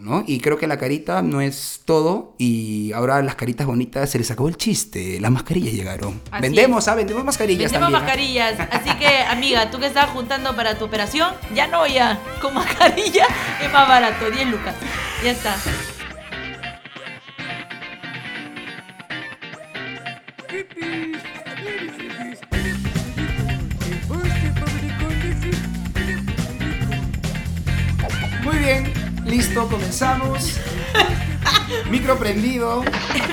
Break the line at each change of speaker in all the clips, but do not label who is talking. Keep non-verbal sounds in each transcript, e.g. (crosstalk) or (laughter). ¿no? Y creo que la carita no es todo y ahora las caritas bonitas se les acabó el chiste, las mascarillas llegaron.
Así
vendemos, ah, vendemos mascarillas
Vendemos
también.
mascarillas. Así
(laughs)
que, amiga, tú que estabas juntando para tu operación, ya no, ya. Con mascarilla es más barato, 10 lucas. Ya está. (laughs)
¿ah? Muy bien, listo,
(laughs)
comenzamos. Micro prendido.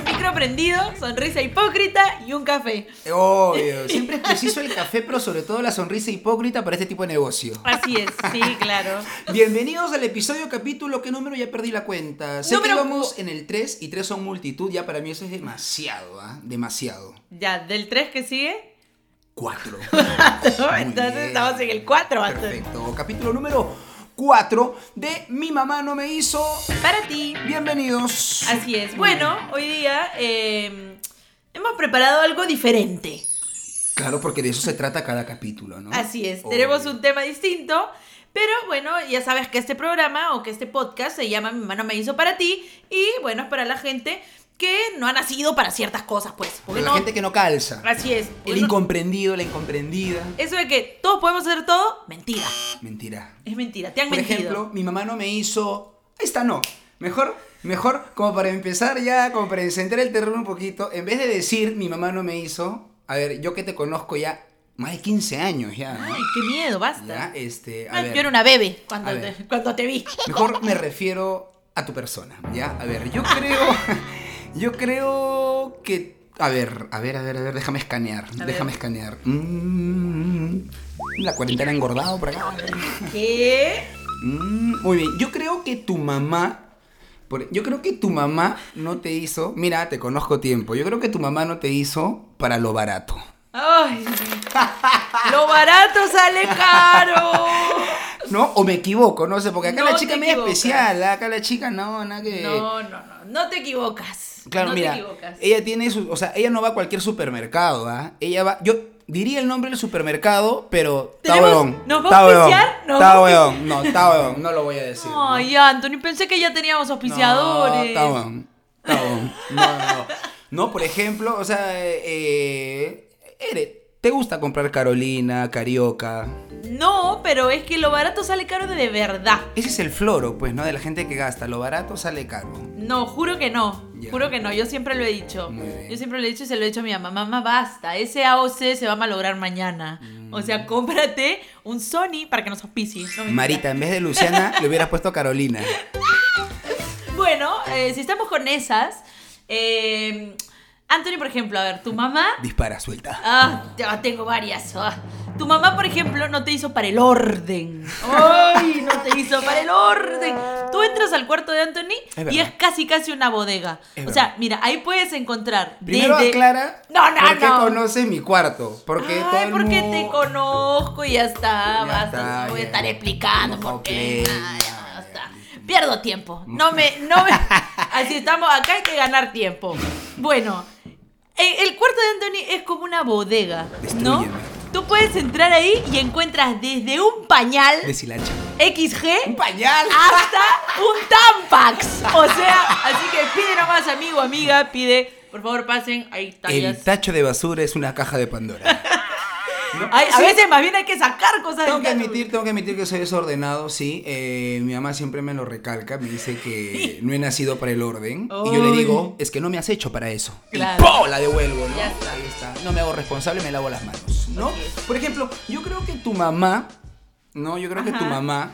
Micro prendido, sonrisa hipócrita y un café.
Obvio, siempre es preciso el café, pero sobre todo la sonrisa hipócrita para este tipo de negocio.
Así es, sí, claro.
Bienvenidos al episodio, capítulo, ¿qué número? Ya perdí la cuenta. Sé
Número
que vamos en el 3 y 3 son multitud, ya para mí eso es demasiado, ¿ah? Demasiado.
Ya, del 3 que sigue, (laughs)
4.
Entonces estamos en el cuatro, Antonio.
Perfecto, capítulo número 4 de Mi mamá no me hizo.
para ti.
Bienvenidos.
Así es. Bueno, hoy día eh, hemos preparado algo diferente.
Claro, porque de eso se trata cada capítulo, ¿no?
Así es,
Obvio.
tenemos un tema distinto. Pero bueno, ya sabes que este programa o que este podcast se llama Mi mano me hizo para ti. Y bueno, es para la gente que no ha nacido para ciertas cosas, pues. Porque
Para la
no-
gente que no calza.
Así es.
El
Uno-
incomprendido, la incomprendida.
Eso de que todos podemos hacer todo, mentira.
Mentira.
Es mentira, te han
Por
mentido.
ejemplo, mi mamá no me hizo. Ahí está, no. Mejor, mejor, como para empezar ya, como para encender el terreno un poquito, en vez de decir mi mamá no me hizo, a ver, yo que te conozco ya más de 15 años ya, ¿no?
Ay, qué miedo,
Ya,
basta.
este, a
Ay,
ver.
yo era una (laughs) bebé cuando
A ver.
te, cuando te vi.
Mejor me refiero a tu persona, ¿ya? A ver, yo creo. (laughs) Yo creo que. A ver, a ver, a ver, a ver, déjame escanear.
ver.
déjame escanear. Mm, la cuarentena ha engordado por acá.
¿Qué?
Mm, muy bien, yo creo que tu mamá. por- Yo creo que tu mamá no te hizo. Mira, te conozco tiempo. Yo creo que tu mamá no te hizo para lo barato.
Ay, lo barato sale caro.
(laughs) ¿No? O me equivoco, no sé, porque acá
No
la chica
te
es media
equivocas.
especial. Acá la chica no, nada que.
No, no, no, no te equivocas.
Eh, Claro,
no
mira,
te equivocas.
ella tiene su, o sea, ella no va a cualquier supermercado, ¿ah? Ella va, yo diría el nombre del supermercado, pero está
¿Tenemos-
huevón,
nos va
está
a
huevón,
auspiciar? ¿Nos va
Está
a
huevón, no, está huevón, no lo voy a decir. ¿no?
Ay, Anthony, pensé que ya teníamos
No,
auspiciadores.
está huevón, está huevón. No, no, no. No, por ejemplo, o sea, eh, Ere, ¿te gusta comprar Carolina, Carioca?
No, pero es que lo barato sale caro de, de verdad.
Ese es el floro, pues, ¿no? De la gente que gasta, lo barato sale caro.
No, juro que no.
Ya.
Juro que no. Yo siempre lo he dicho.
Muy bien.
Yo siempre lo he dicho y se lo he dicho a mi mamá. Mamá, basta. Ese AOC se va a malograr mañana. O
Mm.
sea, cómprate un Sony para que nos auspicie. No, mentira.
Marita, en vez de Luciana, le hubieras puesto Carolina.
Bueno, eh, si estamos con esas. eh, Anthony, por ejemplo, a ver, tu mamá
Dispara, suelta.
Ah, ya tengo varias. Ah. Tu mamá, por ejemplo, no te hizo para el orden. ¡Ay! No te hizo para el orden. Tú entras al cuarto de Anthony
verdad.
y es casi, casi una bodega.
Es
o sea, mira, ahí puedes encontrar.
Primero
desde-
aclara
No, no,
por qué
no.
conoces mi cuarto. Porque todo
Ay,
el
porque
mundo-
te conozco y ya está.
Ya
basta.
está,
no voy a
ya.
estar explicando por
Ok,
qué. Ay,
ya,
ya está. Pierdo tiempo. No me, no
(laughs)
me. Así estamos, acá hay que ganar tiempo. Bueno, el, el cuarto de Anthony es como una bodega, ¿no?
Destrúyeme.
Tú puedes entrar ahí y encuentras desde un pañal
Deshilacha.
XG
¡Un pañal!
hasta un Tampax. O sea, así que pide nomás, amigo, amiga, pide. Por favor, pasen, ahí tallas.
El tacho de basura es una caja de Pandora.
(laughs) Ay, a veces más bien hay que sacar cosas
Tengo que
del
admitir, tengo que admitir que soy desordenado, sí. Eh, mi mamá siempre me lo recalca, me dice
(laughs)
que no he nacido para el orden. Y yo le
Ay.
digo, es que no me has hecho para eso.
Claro.
Y ¡pum! la devuelvo, ¿no?
Ya está.
Ahí está. No me hago responsable, me lavo las manos, ¿no? Por ejemplo, yo creo que tu mamá, ¿no? Yo creo que tu
Ajá.
mamá,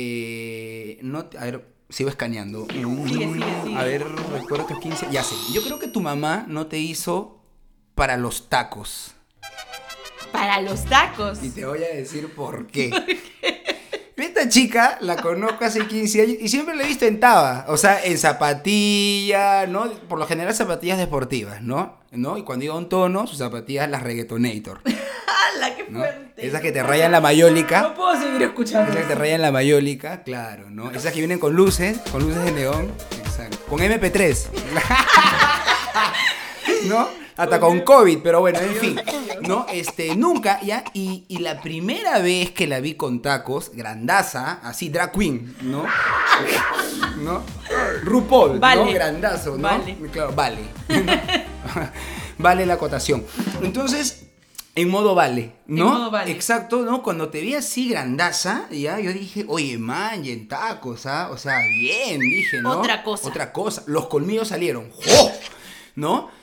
eh, no, te- a ver, sigo escaneando.
sigue, sigue.
A ver, recuerdo que 15, ya sé. Yo creo que tu mamá no te hizo para los tacos.
Para los tacos.
Y te voy a decir por qué. Esta chica la conozco hace 15 años y siempre la he visto en Taba, o sea, en zapatilla, ¿no? Por lo general zapatillas deportivas, ¿no? ¿No? Y cuando iba a un tono, sus zapatillas las reggaetonator,
¡Hala, qué
¿no?
fuerte!
Esas que te rayan la mayólica,
No puedo seguir escuchando.
esas que te rayan la mayólica, claro, ¿no? Esas que vienen con luces, con luces de neón, exacto. Con (laughs) MP3. ¿No? Hasta con COVID, pero bueno, en fin. No, este, nunca, ya. Y, y la primera vez que la vi con tacos, grandaza, así drag queen, ¿no? (laughs) ¿No? RuPaul,
Vale.
¿no? Grandazo, ¿no?
Vale.
Claro, vale. vale la acotación. Entonces, en modo vale, ¿no?
En modo vale.
Exacto, ¿no? Cuando te vi así grandaza, ya, yo dije, oye, man, y en tacos, ¿ah? O sea, bien, dije, ¿no?
Otra cosa.
Otra cosa. Los colmillos salieron, ¡jo! ¿No?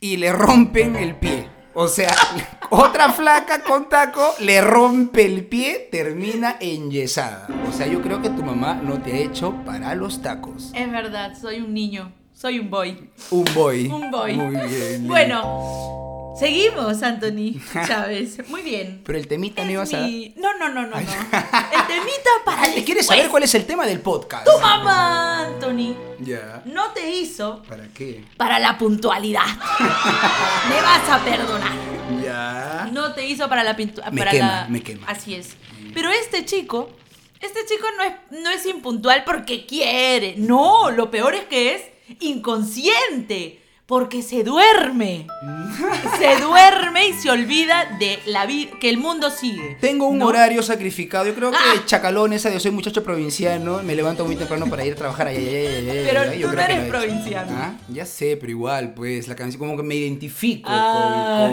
Y le rompen el pie. O sea, (laughs) otra flaca con taco le rompe el pie, termina enyesada. O sea, yo creo que tu mamá no te ha hecho para los tacos.
Es verdad, soy un niño, soy un boy.
Un boy.
Un boy.
Muy bien.
(laughs) Bueno,
(laughs)
seguimos, Anthony Chávez. Muy bien. Este
Pero el temita no
Es
ibas a...
mi- No, no, no, no, no.
(laughs)
El temita para
Ay, ¿Quieres saber cuál es el tema del podcast?
Tu mamá, Anthony,
Ya.
no te hizo
¿Para qué?
para la puntualidad.
(laughs)
Me vas a perdonar.
Ya.
No te hizo para la pintura.
Ah. Me quema, me quema. Mm.
Así es. Pero este chico, este chico no es, no es impuntual porque quiere. No, lo peor es que es inconsciente. Porque se duerme.
Mm.
se duerme y se olvida de la vida, que el mundo sigue.
Tengo un
¿No?
horario sacrificado. Yo creo que
Ah.
chacalón esa de soy muchacho provinciano. Me levanto muy temprano para ir a trabajar. Ay, ay, ay, ay, ay,
Pero
ay, ay, yo creo
tú
que
no eres
lo he hecho.
provinciano.
Ah, Ya sé, pero igual, pues la canción, como que me identifico con,
Ay.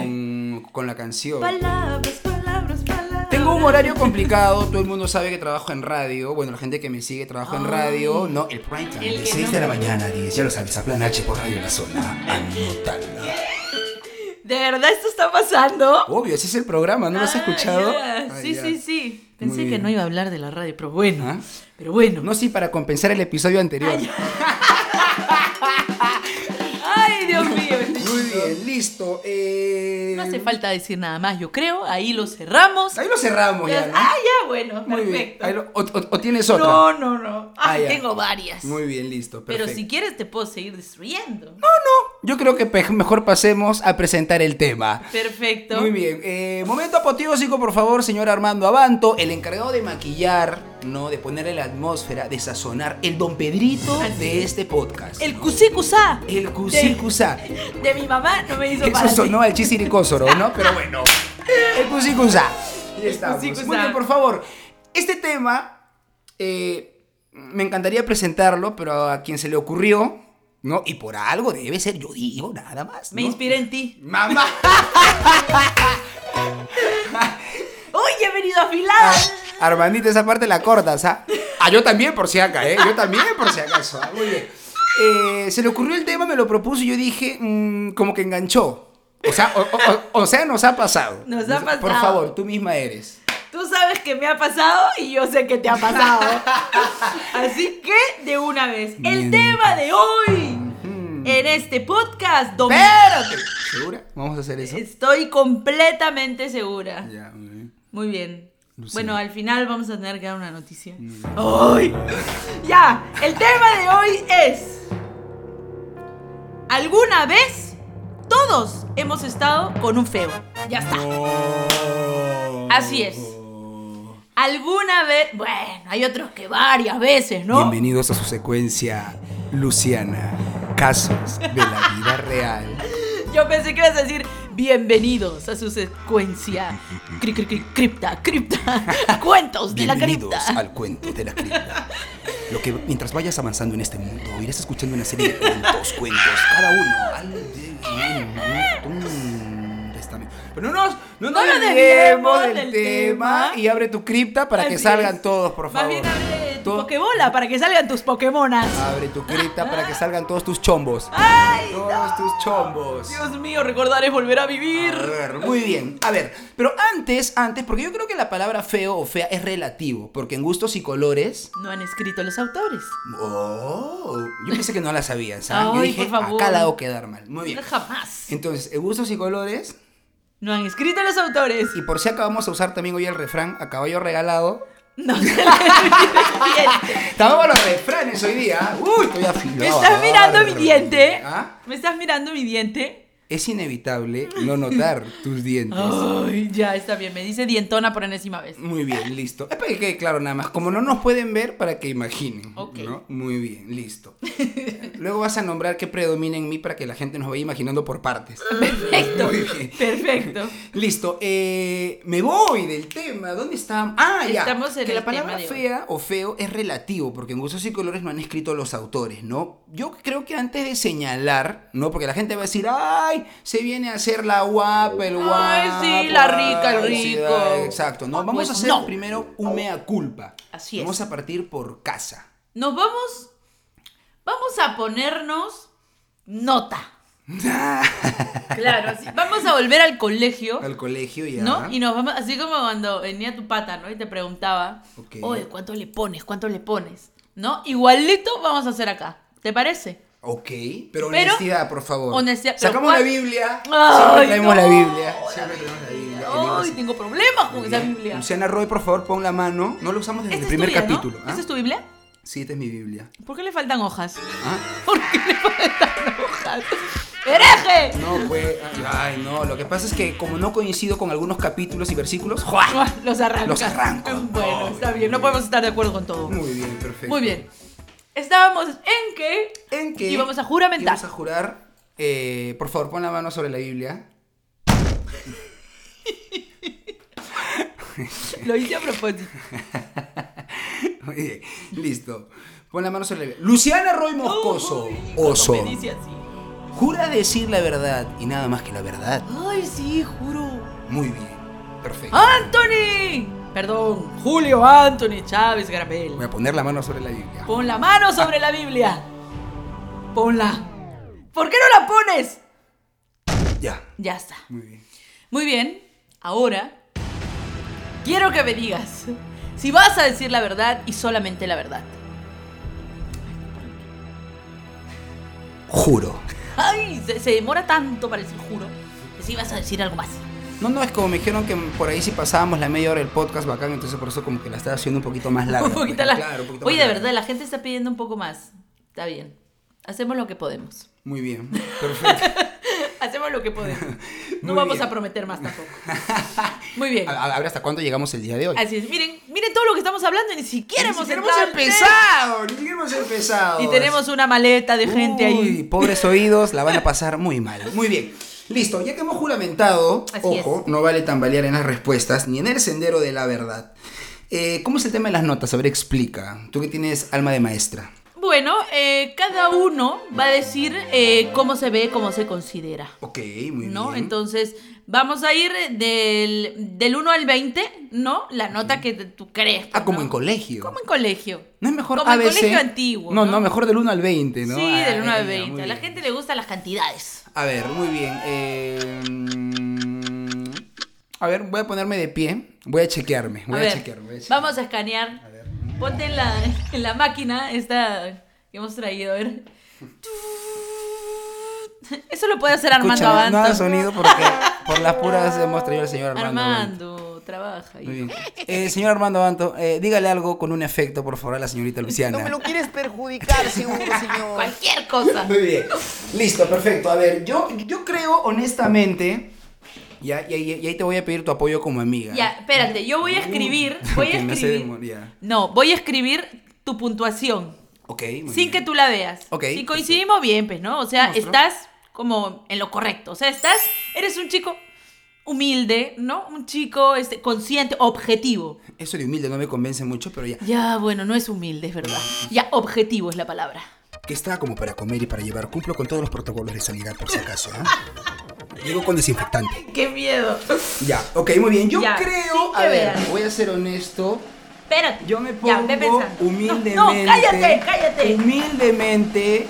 con- con la canción.
Palabras, palabras, palabras.
Tengo un horario complicado, todo el mundo sabe que trabajo en radio. Bueno, la gente que me sigue trabajo en
Ay.
radio, no, el prime time.
El
de
que
6
no-
de la mañana, 10, ya lo sabes, a plan H por Radio La Zona. Anótala.
(laughs) ¿De verdad esto está pasando?
Obvio, ese es el programa, ¿no lo has
Ah,
escuchado?
ya.
Ah,
Sí,
ya.
sí, sí. Pensé que
bien.
no iba a hablar de la radio, pero bueno.
Ah.
Pero bueno.
No, sí, para compensar el episodio anterior.
Ay, Dios mío. este
Muy
chico.
bien, listo. eh,
No hace falta decir nada más, yo creo. Ahí lo cerramos.
Ahí lo cerramos ya, ¿no?
Ah, ya, bueno,
Muy bien,
perfecto.
ahí lo- o, o- o tienes otra?
No, no, no.
Ah,
Ay,
ya.
tengo varias.
Muy bien, listo.
Pero
Perfecto.
si quieres te puedo seguir destruyendo.
Yo creo que pe- mejor pasemos a presentar el tema.
Perfecto.
Muy bien. eh, momento apoteósico, por favor, señor Armando Abanto, el encargado de maquillar, ¿no? De ponerle la atmósfera, de sazonar el don Pedrito
Así
de
es.
este podcast.
El cusicusá
El cusicusá.
de mi mamá no me hizo
Eso
para ti.
sonó al chisiricósoro,
(laughs)
¿no? Pero bueno. El cusicusá. Ya
El
estamos.
cusicusá.
Muy bien, por favor. Este tema, eh, me encantaría presentarlo, pero a quien se le ocurrió, ¿no? Y por algo debe ser, yo digo, nada más.
Me
¿no?
inspiré en ti.
Mamá.
(laughs) ¡Uy, he venido afilada!
Ah. Armandito, esa parte la cortas, ¿ah? Ah, yo también por si acá, ¿eh? Yo también por si acaso, ¿ah? Muy bien. Eh, se le ocurrió el tema, me lo propuso y yo dije, mm, como que enganchó. O sea, o, o- o- o sea, nos ha pasado.
Nos ha
Por
pasado.
favor, tú misma eres.
Tú sabes que me ha pasado y yo sé que te
(laughs)
ha pasado. Así que de una vez,
Bien.
el tema de hoy en este podcast, Domingo.
Espérate. Mm, ¿Segura? Vamos a hacer eso.
Estoy completamente segura.
Ya, muy bien.
Muy bien.
Lucía.
Bueno, al final vamos a tener que dar una noticia. ¡Ay! Ya, el tema de hoy es... ¿Alguna vez todos hemos estado con un feo? Ya está. Así es.
Oh.
¿Alguna vez... Bueno, hay otros que varias veces, ¿no?
Bienvenidos a su secuencia, Luciana. Casos de la vida real.
Yo pensé que ibas a decir bienvenidos a su secuencia. Cri, cri, cri, cripta, cripta. (laughs) Cuentos de la cripta.
Bienvenidos al cuento de la cripta. Lo que mientras vayas avanzando en este mundo, irás escuchando una serie de cuentos, cuentos, cada uno. al- un testamento. Pero no nos, no nos
No nos
desviemos
desviemos
del
del
tema
tema.
y abre tu cripta para que
Así
salgan
es.
todos, por
Más
favor.
bien abre tu
To-
Pokébola para que salgan tus Pokémonas.
abre tu cripta para que salgan todos tus chombos.
¡Ay!
Todos tus chombos.
Dios mío, recordar es volver a vivir.
Arr, Muy bien. A ver, pero antes, antes, porque yo creo que la palabra feo o fea es relativo, porque en gustos y colores
No han escrito los autores.
Oh, yo pensé que no la sabían, ¿sabes? yo
Ay,
dije,
por favor.
acá la hago quedar mal. Muy bien.
Jamás.
Entonces, en gustos y colores.
No han escrito los autores.
Y por si acá vamos a usar también hoy el refrán a caballo regalado.
No se les
(laughs)
olvide
Estamos con los refranes hoy día. Uy, estoy afilado.
¿Me estás mirando mi
bárbaro.
diente?
¿Ah?
¿Me estás mirando mi diente?
es inevitable no notar tus
(gasps)
dientes.
Ay, ya está bien. Me dice dientona por
(laughs)
enésima vez.
Muy bien, listo. Es para que quede claro nada más. Como no nos pueden ver, para que imaginen.
Ok.
¿no? Muy bien,
(laughs)
listo. Luego vas a nombrar qué predomina en mí para que la gente nos vaya imaginando por partes.
Perfecto.
Muy bien.
Perfecto.
Listo, eh, me voy del tema. ¿Dónde estamos? Ah, ya.
Estamos en
que
el
la palabra
tema de hoy.
fea o feo es relativo, porque en gustos y colores no han escrito los autores, ¿no? Yo creo que antes de señalar, ¿no? Porque la gente va a decir, ¡ay! Se viene a hacer la guapa, el guapo.
Ay, sí, la rica, el
ay, sí,
rico.
ay, exacto, ¿no? Vamos
Pues
a hacer
no.
primero un mea culpa.
Así es.
Vamos a partir por casa.
Nos vamos. Vamos a ponernos nota.
(laughs)
Claro, así. Vamos a volver al colegio.
Al colegio ya.
¿No? Y nos vamos, así como cuando venía tu pata, ¿no? Y te preguntaba,
Ok.
oye, ¿cuánto le pones? ¿Cuánto le pones? ¿No? Igualito vamos a hacer acá. ¿Te parece?
Ok, pero,
Pero-
honestidad, por favor.
honestidad, pero
Sacamos
¿cuál-
la Biblia.
Ay,
siempre traemos la
no,
Biblia.
la
Siempre traemos la Biblia. el libro
Ay,
así.
tengo problemas con
Muy
esa
bien.
Biblia.
Luciana Roy, por favor, pon la mano. No lo usamos desde
Esta
el
es
primer
tu Biblia, ¿no?
capítulo. ¿ah?
¿Esta es tu Biblia?
Sí, esta es mi Biblia.
¿Por qué le faltan hojas?
¿ah?
¿Por qué le faltan hojas? ¡Hereje!
No, pues. Ay, no. Lo que pasa es que, como no coincido con algunos capítulos y versículos, ¡juá!
Los arrancas.
Los arranco.
(laughs) Bueno,
Ay,
está bien, no podemos estar de acuerdo con todo.
Muy bien, perfecto.
Muy bien. Estábamos en que
¿En qué?
Y vamos a juramentar.
Vamos a jurar. eh, por favor, pon la mano sobre la Biblia. (laughs)
lo hice a propósito.
Muy bien, Listo. Pon la mano sobre la Biblia. Luciana Roy Moscoso.
Ay, Oh, cuando
oso.
me dice así.
Jura decir la verdad y nada más que la verdad.
Ay, sí, juro.
Muy bien.
Ah.
Perfecto.
¡Anthony! Perdón, Julio Anthony Chávez
Voy
Garabel.
a poner la mano sobre la Biblia.
Pon la mano sobre la Biblia. Ponla. ¿Por qué no la pones?
Ya.
Ya está.
Muy bien.
Muy bien, ahora quiero que me digas si vas a decir la verdad y solamente la verdad.
Juro.
Ay, se, se demora tanto para decir juro que sí vas a decir algo más.
No, no, es como me dijeron que por ahí si pasábamos la media hora del podcast bacán, entonces por eso como que la estaba haciendo un poquito más larga.
un poquito
pues.
la...
Claro, un poquito
Oye,
más
de
larga.
verdad, la gente está pidiendo un poco más. Está bien. Hacemos lo que podemos.
Muy bien,
(laughs)
perfecto.
Hacemos lo
(laughs)
que podemos. No
Muy
vamos
bien.
a prometer
(laughs)
más tampoco. Muy bien.
A, a ver hasta cuándo llegamos el día de hoy.
Así es. Miren, miren todo lo que estamos hablando y ni siquiera hemos
ni siquiera hemos
entrado al tema.
empezado, ni siquiera hemos empezado.
Y tenemos una maleta de gente
Uy,
ahí.
pobres oídos, la van a pasar muy mal. Muy bien. Listo, ya que hemos juramentado,
Así
ojo, no vale tambalear en las respuestas ni en el sendero de la verdad. Eh, ¿Cómo es el tema de las notas? A ver, explica. Tú que tienes alma de maestra.
Bueno, eh, cada uno va a decir eh, cómo se ve, cómo se considera.
Ok, muy
¿No?
bien.
Entonces, vamos a ir del, del 1 al 20, ¿no? La nota que tú crees. pues,
Ah, como
¿no?
en colegio.
Como en colegio.
No es mejor
Como el
ABC.
colegio antiguo,
No, no,
¿no?
mejor del 1 al 20, ¿no?
Sí, del 1
Ay,
al
ya,
20.
muy
A la
bien.
gente le gustan las cantidades.
A ver, muy bien. eh, mm, A ver, voy a ponerme de pie. Voy a chequearme. Voy a,
ver,
chequearme. voy a chequear.
vamos a escanear.
A ver.
Ponte en la, en la máquina esta que hemos traído. A ver. Eso lo puede hacer Armando
Escúchame, No hagas
Abanto.
sonido porque por las
(laughs)
puras hemos traído al señor Armando. Abanto.
Armando, trabaja.
Muy bien. Eh, señor Armando Banto, eh, dígale algo con un efecto, por favor, a la señorita Luciana.
No me lo quieres perjudicar, seguro, señor.
(laughs)
Cualquier cosa.
Muy bien. Listo, perfecto. A ver, yo, yo creo honestamente. Ya, y ahí- y ahí te voy a pedir tu apoyo como amiga.
Ya, espérate, yo voy a escribir. Voy a
Que me hace
escribir.
demorar.
No, voy a escribir tu puntuación.
Ok, muy
Sin
bien.
que tú la veas.
Ok,
Si coincidimos bien, pues, ¿no? O sea,
Monstruo.
estás como en lo correcto. O sea, estás, eres un chico humilde, ¿no? Un chico este, consciente, objetivo.
Eso de humilde no me convence mucho, pero ya.
Ya, bueno, no es humilde, es verdad. Ya, objetivo es la palabra.
Que está como para comer y para llevar. Cumplo con todos los protocolos de sanidad, por si acaso. ¿eh? Llego con desinfectante.
¡Qué miedo!
Ya, ok, muy bien. Yo
Ya,
creo.
sin
A
que
ver,
veas.
voy a ser honesto.
Espérate.
Yo me
Ya,
pongo
ve pensando.
humildemente.
No, no, cállate, cállate.
Humildemente.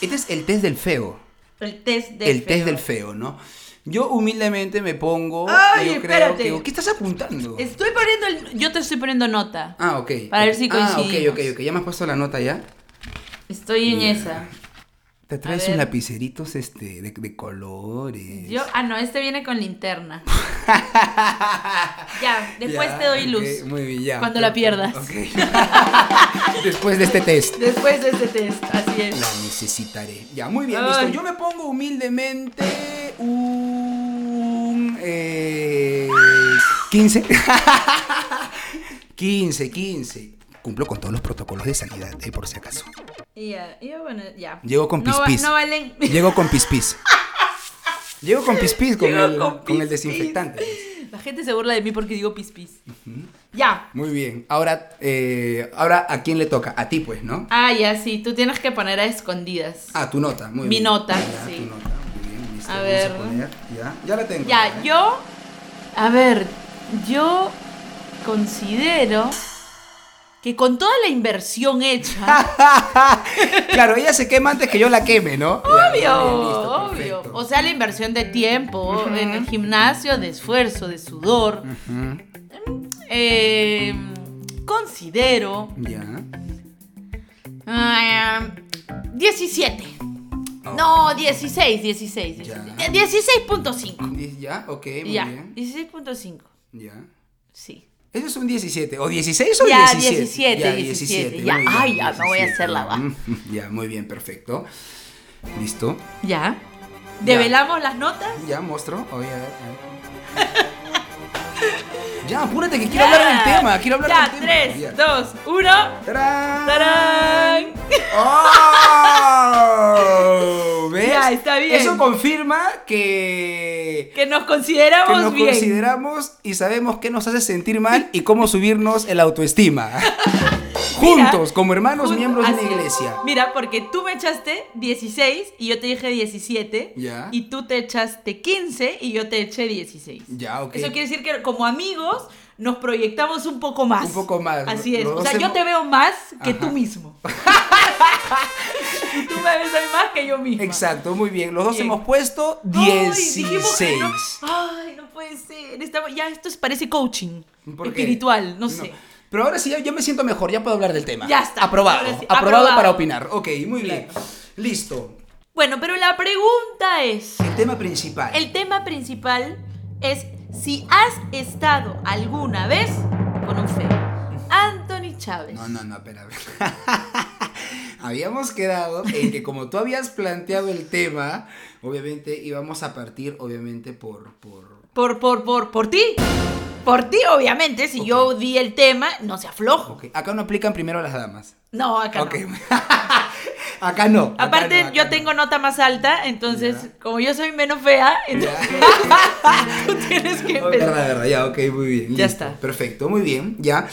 Este es el test del feo.
el test del
el test
feo.
del feo, ¿no? Yo humildemente me pongo. yo
Ay,
creo
espérate.
que- ¿Qué estás apuntando?
Estoy poniendo el... Yo te estoy poniendo nota.
Ah, ok.
Para ver si
Ah, ok,
coincidimos.
ok, ok. ¿Ya me has puesto la nota ya?
Estoy en
Bien.
esa.
Te traes
ver.
sus lapiceritos este, de, de colores. (laughs)
Yo, ah, no, este viene con linterna. ya, después
Ya,
te doy
ok,
luz.
muy bien, ya.
Cuando la
Ok,
pierdas.
ok. (laughs) después de este test.
Después de este test, así es.
La necesitaré. Ya, muy bien,
Ay.
listo. Yo me pongo humildemente un... eh, 15. (laughs) 15, 15. Cumplo con todos los protocolos de sanidad, eh, por si acaso.
Y ya, y ya, bueno, ya.
Llego con
no, va-
pispis. (laughs)
no valen.
Llego con pispis. Llego con pispis, con,
Llego
el,
con
con el
pispis.
desinfectante.
La gente se burla de mí porque digo pispis. Ya.
Muy bien. Ahora, eh, ahora, ¿a quién le toca? A ti, pues, ¿no?
Ah, ya, sí. Tú tienes que poner a escondidas.
Ah, tu nota. Muy
Mi
bien.
nota,
Ya,
sí.
Tu nota. Muy bien, listo.
A
Vamos
ver.
poner- ya. ya la tengo.
Ya,
¿eh?
yo. A ver, yo considero que con toda la inversión hecha.
Claro, ella se quema antes que yo la queme, ¿no? (laughs) Ya, muy bien,
obvio,
listo,
obvio.
perfecto.
O sea, la inversión de tiempo en el gimnasio, de esfuerzo, de sudor.
Ujú,
eh, considero.
Ya.
ah, 17. No, 16, 16.
Oh. Ya.
16.5.
Di- Ya, ok, muy
Ya,
bien.
16.5.
Ya.
Sí.
Eso es un 17. ¿O 16 o
Ya,
17?
17, 17, ya.
muy bien,
Ay, ya, me voy a hacer la
17. (laughs) Ya, muy bien, perfecto. Listo.
Ya. ¿Develamos las notas?
Ya, monstruo. Oye, a ver, a
(laughs)
ver. Ya, apúrate que quiero hablar del tema. Quiero hablar
ya,
del tema.
3, 2, 1.
¡Tarán!
¡Tarán! (laughs)
¡Oh! ¿Ves?
Ya, está bien.
Eso confirma que,
Que nos
que
consideramos
nos
bien.
consideramos y sabemos qué nos hace sentir mal y cómo subirnos el
(laughs)
autoestima. (laughs) Juntos, como hermanos
Justo
miembros de una
así.
iglesia.
Mira, porque tú me echaste 16 y yo te dije 17.
Ya.
Y tú te echaste 15 y yo te eché 16.
Ya, ok.
Eso quiere decir que como amigos nos proyectamos un poco más.
Un poco más.
Así es.
Los
O
dos
sea, yo
hemos-
te veo más que
Ajá. (laughs)
tú mismo. y tú me ves a mí más que yo mismo.
Exacto, muy bien. Los dos
Bien.
hemos puesto 16.
Ay, no puede ser. Estamos- ya esto es- parece coaching
¿Por qué?
espiritual, no, sé.
Pero ahora sí, ya, ya me siento mejor, ya puedo hablar del tema.
Ya está,
Aprobado.
ahora sí,
aprobado,
aprobado.
para opinar. Ok, muy bien.
Claro.
Listo.
Bueno, pero la pregunta es,
El tema principal.
el tema principal es si has estado alguna vez con un feo. Anthony Chávez.
No, no, no, espera. a ver. (laughs) Habíamos quedado en que como tú habías planteado el tema, obviamente íbamos a partir, obviamente, por... por...
Por, por, por, por ti. Por ti, obviamente. Si yo di el tema, no se aflojo.
Ok, Acá no aplican primero las damas.
No, Oh. acá
Ok.
no.
(laughs) acá no. acá
Aparte,
no, acá
yo
no.
tengo nota más alta, entonces,
Ya.
como yo soy menos fea, entonces
(laughs)
(laughs) tú tienes que
Oh,
empezar.
verdad, verdad, ya, ok, muy bien.
Ya
listo,
está.
Perfecto, muy bien, ya.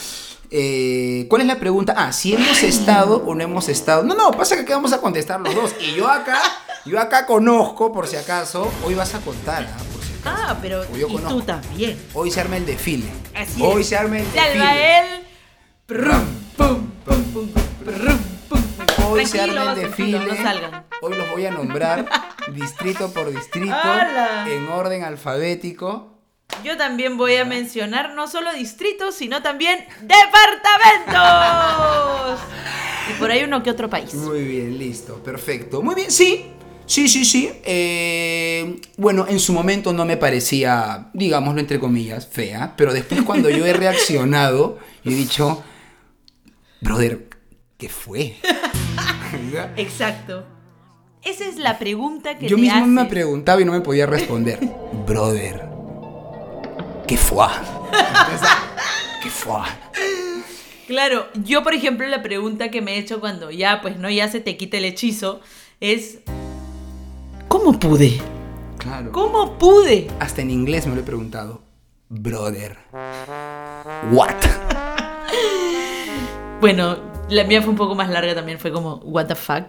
Eh, ¿Cuál es la pregunta? Ah, si hemos estado o no hemos estado. No, no, pasa que acá vamos a contestar los dos. Y yo acá, yo acá conozco, por si acaso, hoy vas a contar, ¿ah? por si acaso.
Ah, pero
O Pues yo
y
conozco.
tú también.
Hoy se arma el desfile.
Así
Hoy
es.
se arma el
Salva
desfile.
él. Prum, pum, pum, pum, prum, pum.
Hoy se
Tranquilo,
arma el
tranquilo,
desfile.
No salgan.
Hoy los voy a
(laughs)
nombrar distrito por distrito,
¡Hala!
en orden alfabético.
Yo también voy a mencionar no solo distritos, sino también
(laughs)
departamentos. y por ahí uno que otro país.
Muy bien, listo, perfecto. Muy bien, sí, sí, sí, sí. Eh, bueno, en su momento no me parecía, digámoslo entre comillas, fea, pero después cuando yo
(laughs)
he reaccionado, yo he dicho, brother, ¿qué fue? (laughs)
Exacto. Esa es la pregunta que
yo
te
mismo me
haces.
preguntaba y no me podía (laughs) responder, brother, ¿qué fue? Entonces, ¿Qué fue?
Claro, yo por ejemplo la pregunta que me he hecho cuando ya pues no ya se te quita el hechizo es ¿Cómo pude?
Claro.
¿Cómo pude?
Hasta en inglés me lo he preguntado, brother, what?
Bueno, la mía fue un poco más larga también, fue como what the fuck.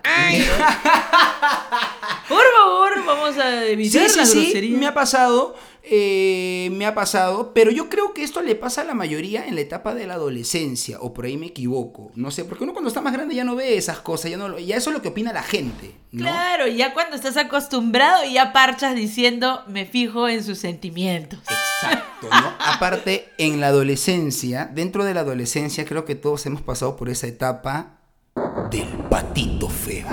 por favor, vamos a evitar la grosería.
me ha pasado, eh, me ha pasado, pero yo creo que esto le pasa a la mayoría en la etapa de la adolescencia, o por ahí me equivoco, no sé, porque uno cuando está más grande ya no ve esas cosas, ya no, lo- ya eso es lo que opina la gente, ¿no?
Claro, ya cuando estás acostumbrado y ya parchas diciendo me fijo en sus sentimientos.
Exacto, ¿no? Aparte, en la adolescencia, dentro de la adolescencia, creo que todos hemos pasado por esa etapa del patito feo.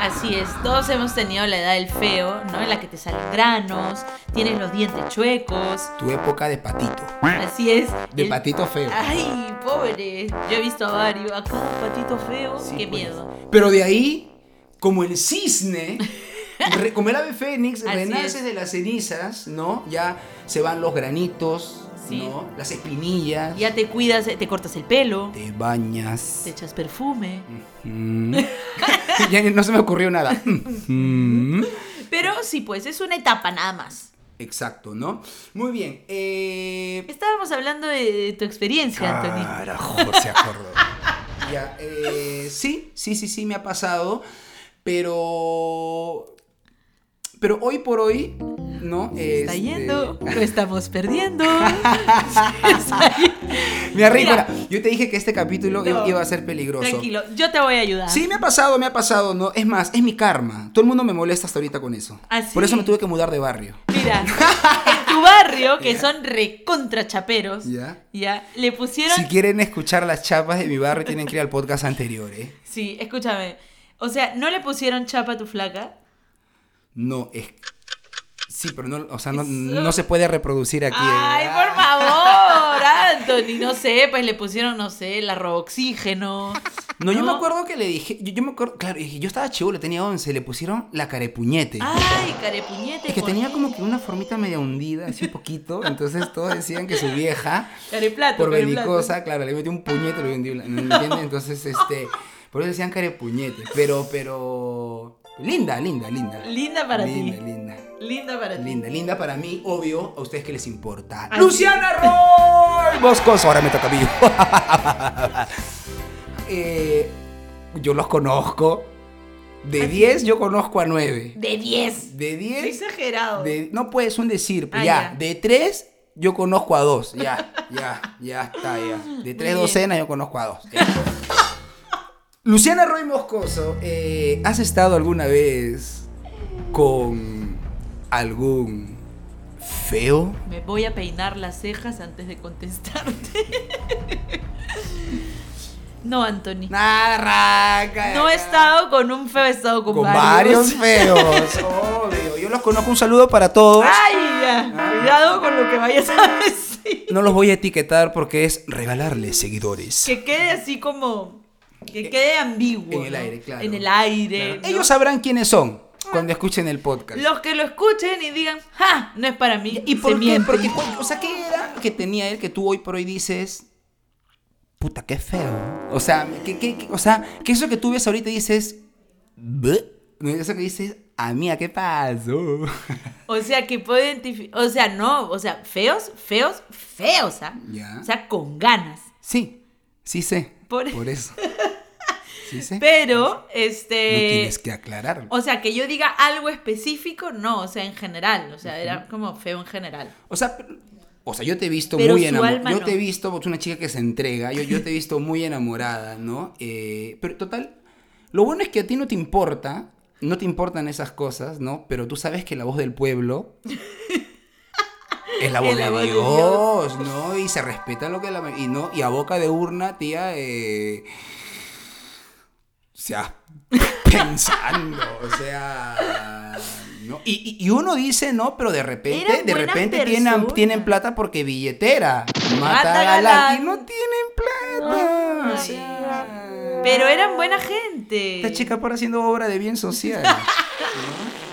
Así es, todos hemos tenido la edad del feo, ¿no? En la que te salen granos, tienes los dientes chuecos.
Tu época de patito.
Así es.
De
el-
patito feo.
Ay, pobre. Yo he visto a varios, a cada patito feo.
Sí,
Qué
pues.
miedo.
Pero de ahí, como el cisne, re- como el ave fénix,
Así
renaces
es.
de las cenizas, ¿no? Ya se van los granitos,
Sí.
¿no? Las espinillas.
Ya te cuidas, te cortas el pelo,
Te bañas.
te echas perfume.
Mm. (laughs) ya no se me ocurrió nada. Mm.
Pero sí, pues es una etapa nada más.
Exacto, ¿no? Muy bien. Eh...
Estábamos hablando de, de tu experiencia,
Ah,
Anthony.
Carajo, se
(laughs)
acordó. Ya, eh, sí, sí, sí, sí, me ha pasado. Pero. Pero hoy por hoy, ¿no?
Está
Este,
yendo, lo estamos (laughs) perdiendo. Está yendo.
Mira, Rico,
Mira.
yo te dije que este capítulo
No.
iba a ser peligroso.
Tranquilo, yo te voy a ayudar.
Sí, me ha pasado, me ha pasado, ¿no? Es más, es mi karma. Todo el mundo me molesta hasta ahorita con eso.
¿Ah, sí?
Por eso me tuve que mudar de barrio. (laughs)
Mira, en tu barrio, que son recontra chaperos,
¿Ya?
ya, le pusieron.
Si quieren escuchar las chapas de mi barrio, tienen que ir al podcast anterior, ¿eh?
Sí, escúchame. O sea, no le pusieron chapa a tu flaca.
No, es. Sí, pero no, o sea, no, no se puede reproducir aquí. ¿eh?
ah. Ay, por
Ah.
favor, Anthony, no sé, pues le pusieron, no sé, la roboxígeno.
No, yo me acuerdo que le dije. Yo, yo me acuerdo. Claro, y yo estaba chivo, le tenía 11. Le pusieron la carepuñete.
Ay, carepuñete.
es que
Juan-
tenía como que una formita media hundida, así un poquito. entonces todos decían que su
(laughs)
vieja,
Careplato,
por
careplato.
belicosa, claro, le metió un puñete, lo hundió. ¿Me entiendes? Entonces, este. Por eso decían carepuñete. Pero, pero. Linda, linda, linda.
Linda para
linda,
ti.
Linda,
Linda para ti.
linda. Linda para mí, obvio. A ustedes que les importa.
Así.
¡Luciana (laughs) Roy! Boscos, ahora me toca a mí. (laughs) Eh, yo los conozco. De 10, yo conozco a 9.
De 10.
De 10.
Exagerado.
de- no puedes un decir, pues,
Oh. Ah,
ya.
ya.
De 3, yo conozco a 2.
(laughs)
Ya, ya, ya está, ya. De 3
bien.
docenas, yo conozco a 2. Luciana Roy Moscoso, eh, ¿has estado alguna vez con algún feo?
Me voy a peinar las cejas antes de contestarte. (laughs) no, Anthony.
Nada, arranca.
No he estado con un feo, he estado con,
con
(laughs)
varios feos. Obvio. Yo los conozco. Un saludo para todos.
Ay, ya.
Ah.
Cuidado con lo que vayas a decir.
No los voy a etiquetar porque es regalarles seguidores.
Que quede así como. Que quede
Eh,
ambiguo.
en el
¿no?
aire, claro.
En el aire.
Claro.
Eh, ¿no?
Ellos sabrán quiénes son cuando escuchen el podcast.
Los que lo escuchen y digan, ¡ja! No es para mí.
¿Y por
se
qué?
mienten.
Porque, ¿cuál- o sea, ¿qué era que tenía él que tú hoy por hoy dices, puta, qué feo? O sea, ¿qué, qué- qué- o sea, ¿qué es eso que tú ves ahorita y dices, "Bleh"? No, Eso que dices, a mí, ¿a qué pasó? (laughs)
O sea, que puedo identificar. O sea, no. O sea, feos, feos, feos. ¿ah?
Ya.
O sea, con ganas.
Sí, sí sé.
Por-
Por,
(laughs)
eso. Sí sé.
Pero,
no
este.
tienes que aclararlo.
O sea, que yo diga algo específico, no. O sea, en general. O sea, era como feo en general.
O sea, pero- o sea, yo te he visto
Pero
muy
su
enamorada.
alma
Yo
no.
te he visto, porque es una chica que se entrega, yo, yo te he visto muy enamorada, ¿no? Eh, pero total, lo bueno es que a ti no te importa, no te importan esas cosas, ¿no? Pero tú sabes que la voz del pueblo es la voz,
Es la
de,
voz de
Dios, ¿no? Y se respeta lo que la... Y, no, y a boca de urna, tía, eh, se ha pensando, o sea, no. Y, y- y uno dice no, pero de repente,
Eran
de
buenas
repente tienen,
personas.
tienen plata porque billetera, mata
Mata
galán,
galán.
y no tienen plata. o
Ay,
sea,
Pero eran buena gente.
esta chica por haciendo obra de bien
(laughs)
social.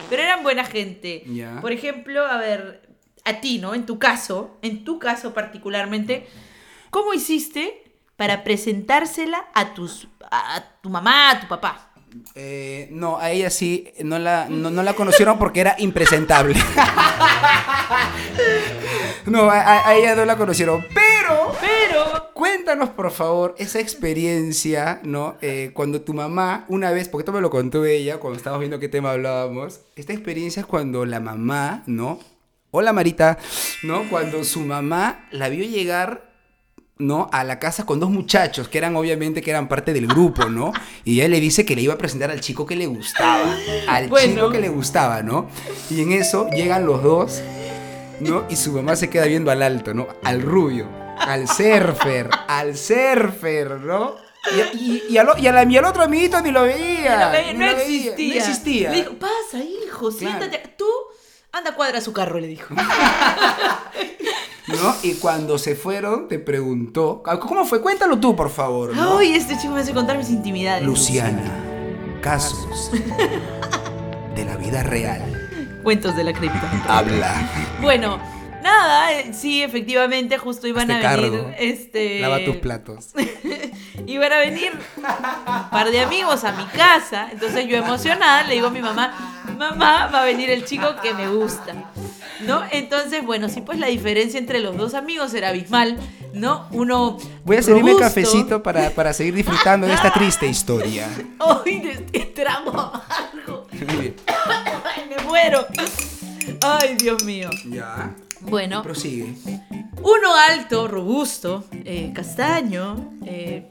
Pero eran buena gente.
Ya.
Por ejemplo, a ver, a ti, ¿no? En tu caso, en tu caso particularmente, ¿cómo hiciste para presentársela a tus a a tu mamá, a tu papá?
Eh, no, a ella sí, no la, no, no la conocieron porque era impresentable. (laughs) no, a- a- a ella no la conocieron, pero
Pero
Cuéntanos, por favor, esa experiencia, ¿no? Eh, cuando tu mamá, una vez, porque esto me lo contó ella cuando estábamos viendo qué tema hablábamos, esta experiencia es cuando la mamá, ¿no? Hola Marita, ¿no? Cuando su mamá la vio llegar, ¿no? A la casa con dos muchachos que eran obviamente que eran parte del grupo, ¿no? Y ella le dice que le iba a presentar al chico que le gustaba, al
Bueno.
chico que le gustaba, ¿no? Y en eso llegan los dos ¿no? Y su mamá se queda (laughs) viendo al alto, ¿no? Al rubio, al surfer, al surfer, ¿no? Y, y- y al, o- y a la- y al otro amiguito ni lo veía.
Pero, eh,
ni
no
lo veía,
existía.
No existía.
Le dijo, pasa, hijo, siéntate. acá". Tú anda cuadra su carro, le dijo.
¿no? Y cuando se fueron, te preguntó. ¿Cómo fue? Cuéntalo tú, por favor. ¿no?
Ay, este chico me hace contar mis intimidades.
Luciana, casos de la vida real.
Cuentos de la cripta.
Habla.
Bueno, nada, eh, sí, efectivamente, justo iban
Hazte
a venir.
cargo.
Este.
Eh, Lava tus platos.
Iban a venir un par de amigos a mi casa. Entonces yo emocionada le digo a mi mamá, mamá, va a venir el chico que me gusta. ¿No? Entonces, bueno, sí, pues la diferencia entre los dos amigos era abismal, ¿no? Uno.
Voy a servirme
robusto.
cafecito para, para seguir disfrutando de esta triste (laughs) historia.
Ay, de este trago amargo. Ay, me muero. Ay, Dios mío.
Ya.
Bueno,
Prosigue.
uno alto, robusto, eh, castaño, eh,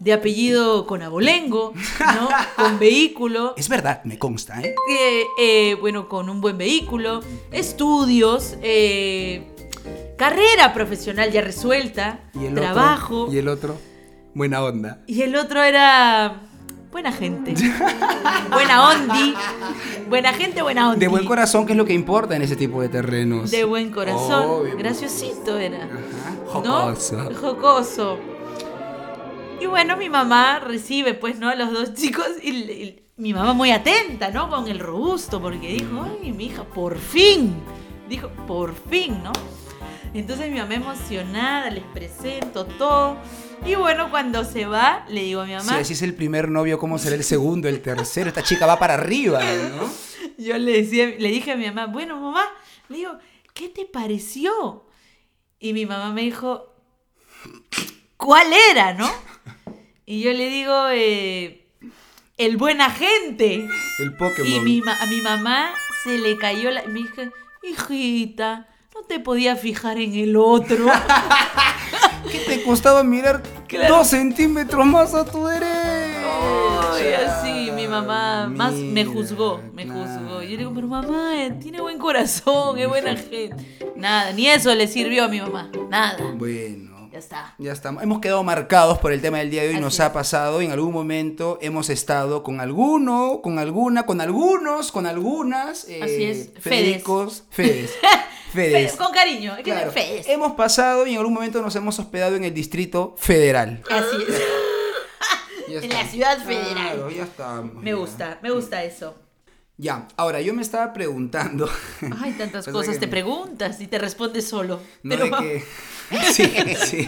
de apellido con abolengo,
(laughs)
¿no? Con vehículo.
Es verdad, me consta, ¿eh?
que, eh, bueno, con un buen vehículo, estudios, eh, carrera profesional ya resuelta, trabajo.
Otro, y el otro, buena onda.
y el otro era
(laughs)
buena gente. buena ondi. Buena gente, buena ondi.
De buen corazón, que es lo que importa en ese tipo de terrenos.
De buen corazón.
Obvio.
Graciosito era.
Ajá.
¿no?
Jocoso.
Jocoso. Y bueno, mi mamá recibe, pues, ¿no? A los dos chicos y, y mi mamá muy atenta, ¿no? Con el robusto, porque dijo, ay, mi hija, por fin. Dijo, por fin, ¿no? Entonces mi mamá emocionada, les presento todo. Y bueno, cuando se va, le digo a mi
Si
mamá,
así es el primer novio, ¿cómo será el segundo, el tercero? Esta chica va para arriba, ¿no?
yo le, decía, le dije a mi mamá, bueno, mamá, le digo, ¿qué te pareció? Y mi mamá me dijo, ¿cuál era, no? Y yo le digo, eh, el buen agente.
El
Y
Pokémon.
mi ma- a mi mamá se le cayó la... Me dije, hijita, no te podía fijar en el otro.
¿Qué te costaba mirar
Claro.
dos centímetros más a tu derecha?
Ay, así, mi mamá más me
Mira,
juzgó, me
claro.
juzgó. Yo le digo, pero mamá, eh, tiene buen corazón, es buena gente. Nada, ni eso le sirvió a mi mamá, nada.
Bueno.
Ya está.
Ya estamos. Hemos quedado marcados por el tema del día de hoy.
Así
Nos
es.
ha pasado. En algún momento hemos estado con alguno, con alguna, con algunos, con algunas. eh,
Así es. Fedes. (laughs)
Federicos. Fedes.
Pero
Fedes.
con cariño, es que
Claro.
fe es.
Hemos pasado y en algún momento nos hemos hospedado en el Distrito Federal.
Así es.
Ya
En la
estamos.
Ciudad Federal.
Claro, ya estamos.
Me
ya.
gusta, me gusta eso.
Ya, ahora yo me estaba preguntando. (laughs)
Ay, tantas
Pasa
cosas
que-
te preguntas y te respondes solo.
No
Pero
de que.
(laughs)
(laughs) Sí, sí.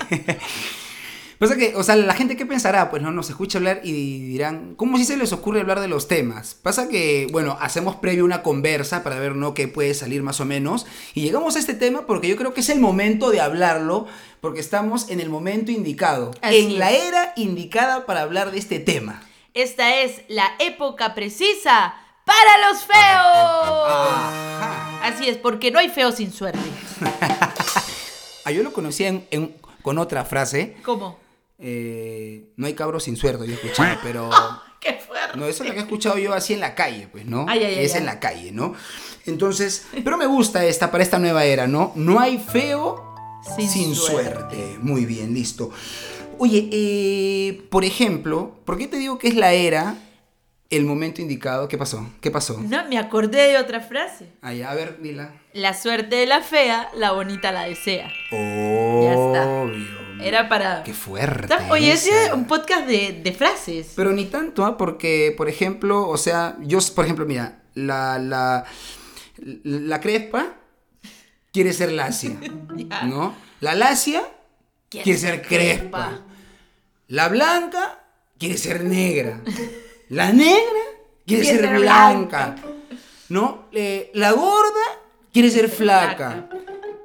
Pasa que, o sea, la gente que pensará, pues no nos escucha hablar y dirán, ¿cómo si se les ocurre hablar de los temas? Pasa que, bueno, hacemos previo una conversa para ver, ¿no? qué puede salir más o menos. Y llegamos a este tema porque yo creo que es el momento de hablarlo, porque estamos en el momento indicado,
Así
en la
es.
era indicada para hablar de este tema.
esta es la época precisa para los feos.
Ajá.
Así es, porque no hay feo sin suerte.
Ah, yo lo conocía en- en- con otra frase.
¿Cómo?
eh, no hay cabros sin suerte, yo escuché, pero.
¡Qué fuerte!
No, eso es lo que he escuchado yo así en la calle, pues, ¿no?
Ay, ay, ay,
es
ay.
en la calle, ¿no? Entonces, pero me gusta esta para esta nueva era, ¿no? No hay feo sin, suerte. Muy bien, listo. Oye, eh, por ejemplo, ¿por qué te digo que es la era el momento indicado? ¿Qué pasó? ¿Qué pasó?
No, me acordé de otra frase.
Ah, ya, a ver, dila.
La suerte de la fea, la bonita la desea.
Obvio.
Era para...
Qué fuerte.
Oye, ese es
esa.
un podcast de, de frases.
Pero ni tanto, ¿ah? porque, por ejemplo, o sea, yo, por ejemplo, mira, la, la, la Crespa quiere ser lacia,
Ya.
¿no? La lacia quiere ser crespa. La blanca quiere ser negra. La negra quiere
Quiere
ser
ser
blanca, ¿no? Eh, la gorda quiere ser
Flaca.
flaca.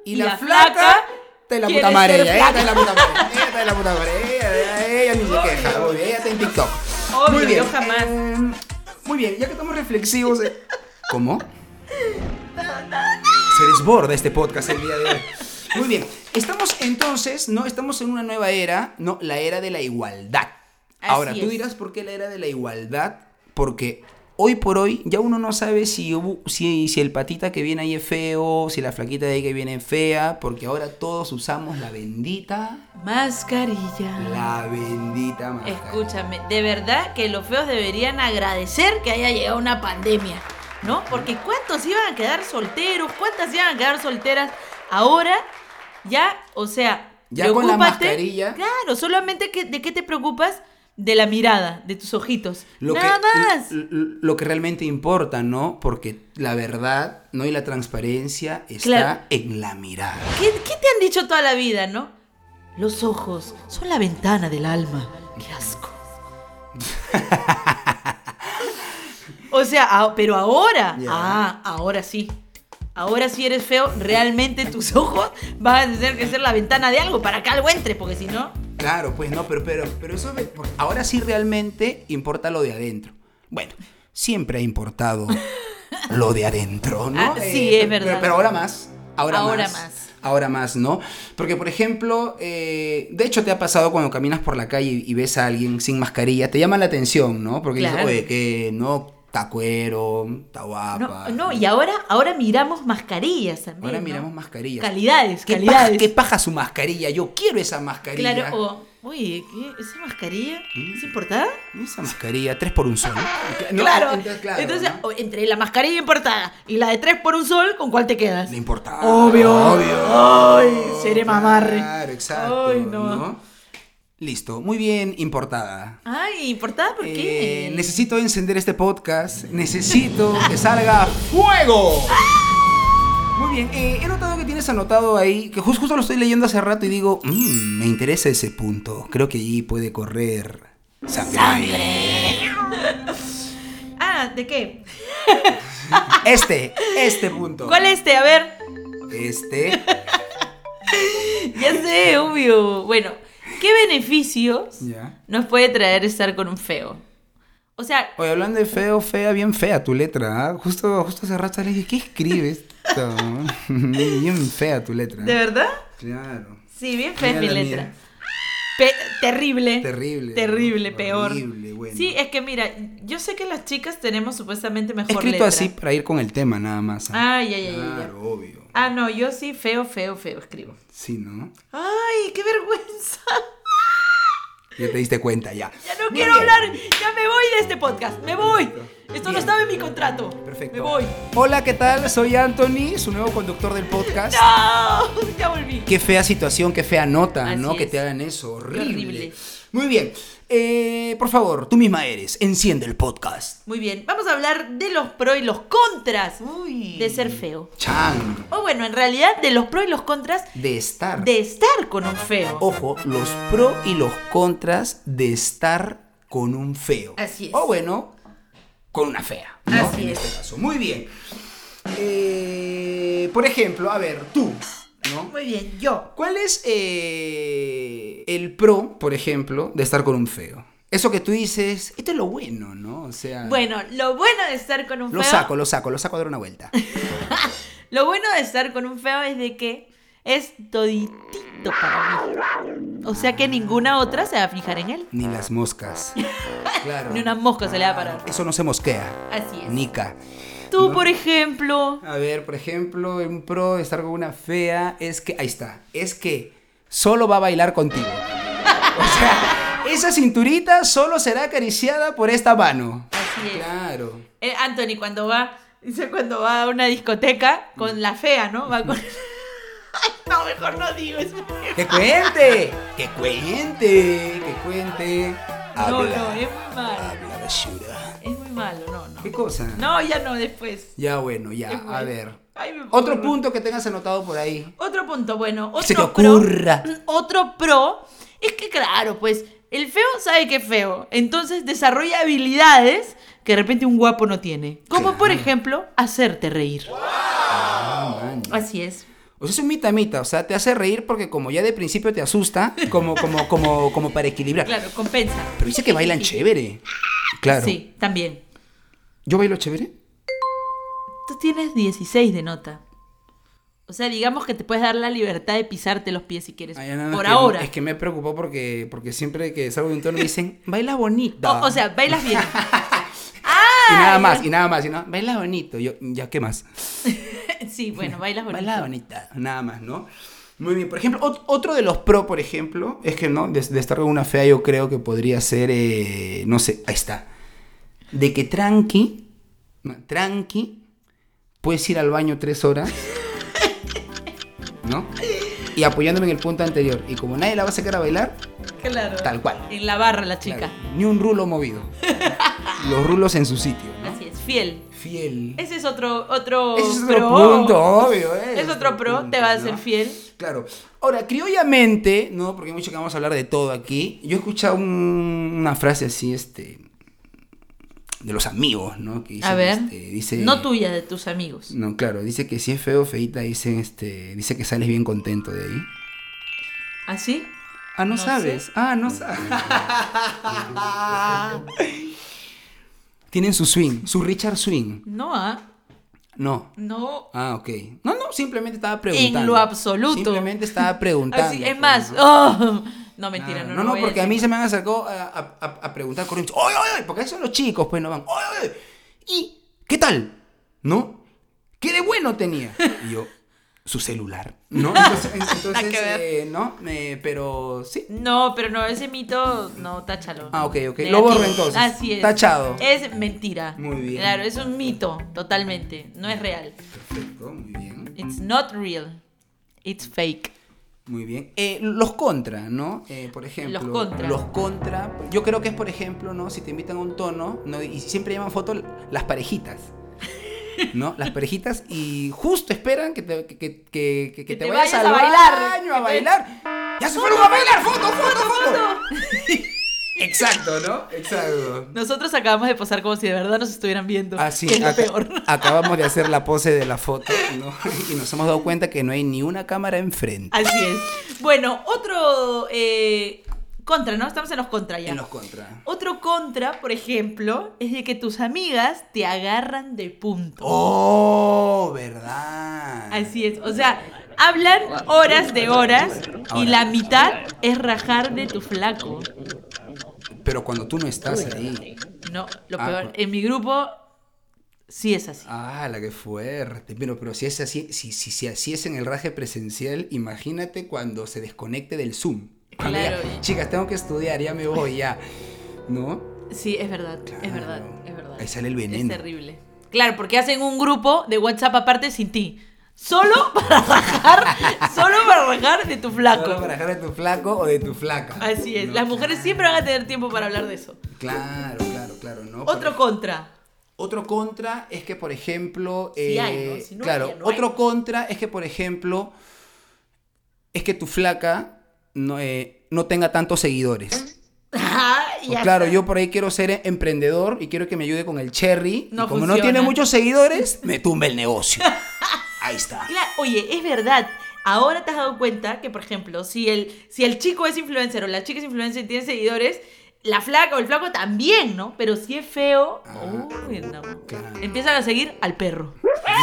Y la, flaca... Está de la
quiere
puta madre,
ser
ella, ella está de
flaca.
la puta madre, ella está de la puta madre, ella, ella, ella ni se queja, muy bien, ella está en TikTok.
Obvio,
Muy bien.
yo jamás.
eh, muy bien, ya que estamos reflexivos. eh, ¿Cómo? Se desborda este podcast el día de hoy. Muy bien. Estamos entonces, ¿no? Estamos en una nueva era, ¿no? La era de la igualdad.
Así
Ahora, tú
es.
dirás por qué la era de la igualdad. Porque hoy por hoy ya uno no sabe si, hubo- si, si el patita que viene ahí es feo, si la flaquita de ahí que viene es fea, porque ahora todos usamos la bendita,
Mascarilla.
la bendita máscara.
Escúchame, de verdad que los feos deberían agradecer que haya llegado una pandemia, ¿no? Porque cuántos iban a quedar solteros, cuántas iban a quedar solteras. Ahora, ya, o sea,
Ya con la
preocúpate.
mascarilla.
Claro, solamente que, de qué te preocupas, de la mirada, de tus ojitos.
Lo
Nada
que,
más.
l- l- Lo que realmente importa, ¿no? Porque la verdad, ¿no? Y la transparencia está
Claro.
en la mirada.
¿Qué, qué te han dicho toda la vida, no? Los ojos son la ventana del alma. Qué
(laughs)
asco. o sea, ah, pero ahora,
Ya.
ah, ahora sí. Ahora si eres feo, realmente tus ojos van a tener que ser la ventana de algo para que algo entre, porque si no,
Claro, pues no, pero, pero, pero eso me- por- ahora sí realmente importa lo de adentro. Bueno, siempre ha importado lo de adentro, ¿no?
Ah, sí, es
pero-
verdad.
Pero ahora más. Ahora,
Ahora
más,
más.
Ahora más, ¿no? Porque, por ejemplo, eh, de hecho te ha pasado cuando caminas por la calle y, y ves a alguien sin mascarilla, te llama la atención, ¿no? Porque
Claro.
dices, oye, que no, está cuero, está guapa.
no, no, y ahora, ahora miramos mascarillas también.
Ah, Ahora
¿no?
miramos mascarillas.
Calidades,
¿Qué
calidades.
paja, qué paja su mascarilla? Yo quiero esa mascarilla. Mm.
Claro, o, oye, ¿qué? ¿esa mascarilla es importada?
Esa mascarilla, tres por un
(laughs)
sol. No,
claro.
entonces, claro,
Entonces,
¿no?
o- entre la mascarilla importada y la de 3 por un sol, ¿con cuál te quedas?
Le importaba.
Obvio. Ay, seré mamarre.
Claro, exacto.
Ay, no.
¿no? Listo, muy bien, importada.
Ay, importada por qué?
Eh, necesito encender este podcast. Necesito que salga fuego.
Ah.
Muy bien, eh, he notado que tienes anotado ahí, que jus- justo lo estoy leyendo hace rato y digo, "Mm, me interesa ese punto. Creo que allí puede correr sangre.
ah, ¿de qué?
Este, este punto.
¿Cuál es este? A ver.
Este.
Ya sé, obvio. Bueno, ¿qué beneficios
Ya.
nos puede traer estar con un feo? O sea,
Oye, hablando de feo, fea, bien fea tu letra. ¿ah? Justo, justo hace rato le dije, ¿qué escribes? esto? (laughs) bien fea tu letra.
¿de verdad?
Claro.
Sí, bien fea es
Ah. Mira
mi
la
letra.
mía.
Pe- terrible.
Terrible,
Terrible,
¿no?
peor.
Horrible, bueno.
Sí, es que mira, yo sé que las chicas tenemos supuestamente mejor
He escrito
letra.
así para ir con el tema nada más. ¿ah?
Ay, ay, ay, ay, ay.
Claro, obvio.
Ah, no, yo sí feo, feo, feo escribo.
Sí, ¿no?
Ay, qué vergüenza.
Ya te diste cuenta, ya.
Ya no quiero hablar. Ya me voy de este podcast. Me voy. Esto no
Bien.
estaba en mi contrato.
Perfecto.
Me voy.
Hola, ¿qué tal? Soy Anthony, su nuevo conductor del podcast.
No, (laughs) ya volví.
Qué fea situación, qué fea nota,
Así
¿no? Que
es.
te hagan eso. Horrible.
Horrible.
Muy bien. Eh, por favor, tú misma eres. Enciende el podcast.
Muy bien, vamos a hablar de los pros y los contras
Uy.
de ser feo.
Chan.
O bueno, en realidad de los pros y los contras
De estar.
de estar con un feo.
Ojo, los pros y los contras de estar con un feo.
Así es.
O bueno, con una fea. ¿no?
Así
en
es.
este caso. Muy bien. Eh, por ejemplo, a ver, tú, ¿no?
Muy bien, yo.
¿Cuál es eh, el pro, por ejemplo, de estar con un feo? Eso que tú dices, esto es lo bueno, ¿no? O sea,
Bueno, lo bueno de estar con un
Ah. lo
feo.
saco, lo saco, lo saco a dar una vuelta.
Lo bueno de estar con un feo es de que es toditito para mí. O sea que ninguna otra se va a fijar en él.
Ni las
(laughs)
moscas. Claro.
Ni una mosca se le va a parar.
Eso no se mosquea.
Así es.
Nica.
Tú, por ejemplo.
A ver, por ejemplo, un pro de estar con una fea es que, ahí está, es que solo va a bailar contigo. O
(laughs)
sea, esa cinturita solo será acariciada por esta mano.
Así es.
Claro.
Eh, Anthony, cuando va. Dice cuando va a una discoteca
Mm.
con la fea, ¿no? Va con. (laughs) Ay, no, mejor no digo eso.
¡Que cuente! ¡Que cuente! ¡Que cuente!
No,
Habla,
no, es muy malo.
habla basura.
Es muy malo, no,
(laughs)
no.
¿Qué cosa?
No, ya no, después.
Ya bueno, ya,
Es
a
bueno.
ver.
Ay, me
Otro
aburro.
punto que tengas anotado por ahí.
Otro punto, bueno, otro
se te
pro- mm,
ocurra.
otro pro es que claro, pues el feo sabe que es feo, entonces desarrolla habilidades que de repente un guapo no tiene, como por ejemplo hacerte reír.
Ah, man.
Así es.
O sea, es un mitamita, o sea, te hace reír porque como ya de principio te asusta, como, como, como, como para equilibrar.
Claro, compensa.
Pero dice que bailan chévere. Claro.
Sí, también.
¿Yo bailo chévere?
Tú tienes 16 de nota. O sea, digamos que te puedes dar la libertad de pisarte los pies si quieres.
Ay, no, no, es
por
que-
ahora.
es que me preocupó (laughs) porque, porque siempre que salgo de un tono me dicen, baila bonita.
o, o sea, bailas bien.
y nada más, y nada más, y nada Baila bonito, yo, ya, ¿qué más?
(laughs) Sí, bueno, bailas bonito.
Baila bonita, nada más, ¿no? Muy bien, por ejemplo, ot- otro de los pro, por ejemplo, es que, ¿no? De, de estar con una fea yo creo que podría ser, eh, no sé, ahí está. De que tranqui, no, tranqui, puedes ir al baño tres horas, ¿no? Y apoyándome en el punto anterior. Y como nadie la va a sacar a bailar,
Claro.
Tal cual.
En la barra la chica.
claro, ni un rulo
(laughs)
movido. Los rulos en su sitio, ¿no?
Así es, fiel.
Fiel.
Ese es otro, otro,
Ese es otro
pro.
punto, obvio. eh,
Es otro pro, te va a
punto,
ser
¿no?
fiel.
Claro. Ahora, criollamente, ¿no? Porque hay mucho que vamos a hablar de todo aquí. Yo he escuchado un- una frase así, este. De los amigos, ¿no? Que dicen,
a ver,
este, dice.
no tuya, de tus amigos.
No, claro, dice que si es feo, feita, dicen, este. Dice que sales bien contento de ahí.
¿Así?
Ah, no,
No
sabes.
sé.
Ah, no sabes. (laughs) Tienen su swing, su Richard Swing.
No, ah.
No.
No.
Ah, ok. No, no, simplemente estaba preguntando.
lo absoluto.
Simplemente estaba preguntando.
(laughs) Así, es
pues,
más.
¿no?
oh, no, mentira,
Claro.
no.
No,
lo
no,
voy
porque a
decir.
mí se me han acercado a, a- a- a preguntar con ellos, ¡Oye, oye! Porque ahí son los chicos, pues no van. ¡Oye, oye! ¿Y qué tal? ¿No? ¿Qué de bueno tenía? Y yo, su celular.
(laughs)
¿No? Entonces, entonces,
que ver.
eh, ¿no? Eh, pero sí.
No, pero no, ese mito, no, táchalo.
Ah, ok, ok. Lo
Negativo.
borro entonces.
Así es. Eh,
Tachado.
Es mentira.
Muy bien.
Claro, es un mito, totalmente. No es real.
Perfecto, muy bien.
It's not real. It's fake.
Muy bien. Eh, los contra, ¿no? Eh, por ejemplo.
Los contra.
Los contra. Yo creo que es, por ejemplo, ¿no? Si te invitan a un tono, ¿no? Y siempre llaman foto las parejitas. (laughs) ¿No? Las parejitas y justo esperan que te, que, que- que- que te, vayas, a bailar. a
que te-
bailar. ¡Ya se fueron a bailar! ¡Foto, foto, foto! Exacto, ¿no? Exacto. (laughs)
Nosotros acabamos de posar como si de verdad nos estuvieran viendo.
Así
que es lo
aca-
peor.
acabamos de hacer la pose de la foto (laughs) ¿no? y nos hemos dado cuenta que no hay ni una cámara enfrente.
Así es. Bueno, otro eh, contra, ¿no? Estamos en los contra ya.
En los contra.
Otro contra, por ejemplo, es de que tus amigas te agarran de punto.
Oh, verdad.
Así es. O sea, hablan horas de horas y
Ahora.
la mitad es rajar de tu flaco.
Pero cuando tú no estás ahí.
No, lo
Ah,
peor.
bueno.
En mi grupo sí es así.
Ah, la que fuerte. Pero, pero si es así, si, si, si así es en el raje presencial, imagínate cuando se desconecte del Zoom. Cuando ya,
Claro.
Chicas, tengo que estudiar, ya me voy, ya. ¿No?
Sí, es verdad, es
Claro.
verdad, es verdad.
Ahí sale el
Es
veneno.
terrible. Claro, porque hacen un grupo de WhatsApp aparte sin ti. Solo (laughs) para rajar, solo para rajar de tu
Solo
flaco.
para dejar de tu flaco o de tu flaca.
Así es.
¿No?
Las mujeres siempre van a tener tiempo para hablar de eso.
Claro, claro, claro. ¿no?
Otro contra. (laughs)
Otro contra es que, por ejemplo.
Si
eh,
hay, ¿no? Si no hay,
claro,
ya no
otro
hay.
contra es que, por ejemplo, es que tu flaca no, eh, no tenga tantos seguidores. Pues
Ah, ya
claro,
está.
yo por ahí quiero ser emprendedor y quiero que me ayude con el cherry.
No
y como no
funciona.
tiene muchos seguidores, me tumba el
(laughs)
negocio. Ahí está.
Claro, oye, es verdad. Ahora te has dado cuenta que, por ejemplo, si el, si el chico es influencer o la chica es influencer y tiene seguidores, la flaca o el flaco también, ¿no? Pero si es feo, uy, no.
Ah, claro.
empiezan a seguir al perro. (laughs)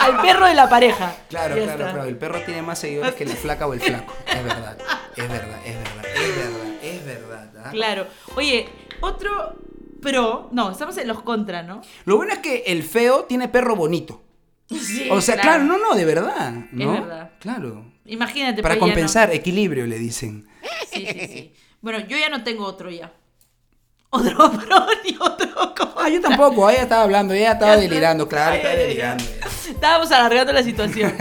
al perro de la pareja.
Claro,
Ya
claro,
está.
claro. El perro tiene más seguidores que la flaca o el flaco. Es verdad. Es verdad, es verdad, es verdad, es verdad. ¿ah?
Claro. Oye, otro pro. No, estamos en los contra, ¿no?
Lo bueno es que el feo tiene perro bonito.
Sí,
O sea, claro, no, no, de verdad. ¿no?
verdad.
Claro.
Imagínate,
Para
pues, ya no.
compensar, equilibrio le
(laughs)
dicen.
Sí, sí, sí. Bueno, yo ya no tengo otro ya. Otro (laughs) pro ni otro contra.
Ah, yo tampoco, ella estaba hablando, ella estaba
Ya sé.
delirando, claro,
Ay,
estaba
ay, ay.
delirando.
Estábamos alargando la situación.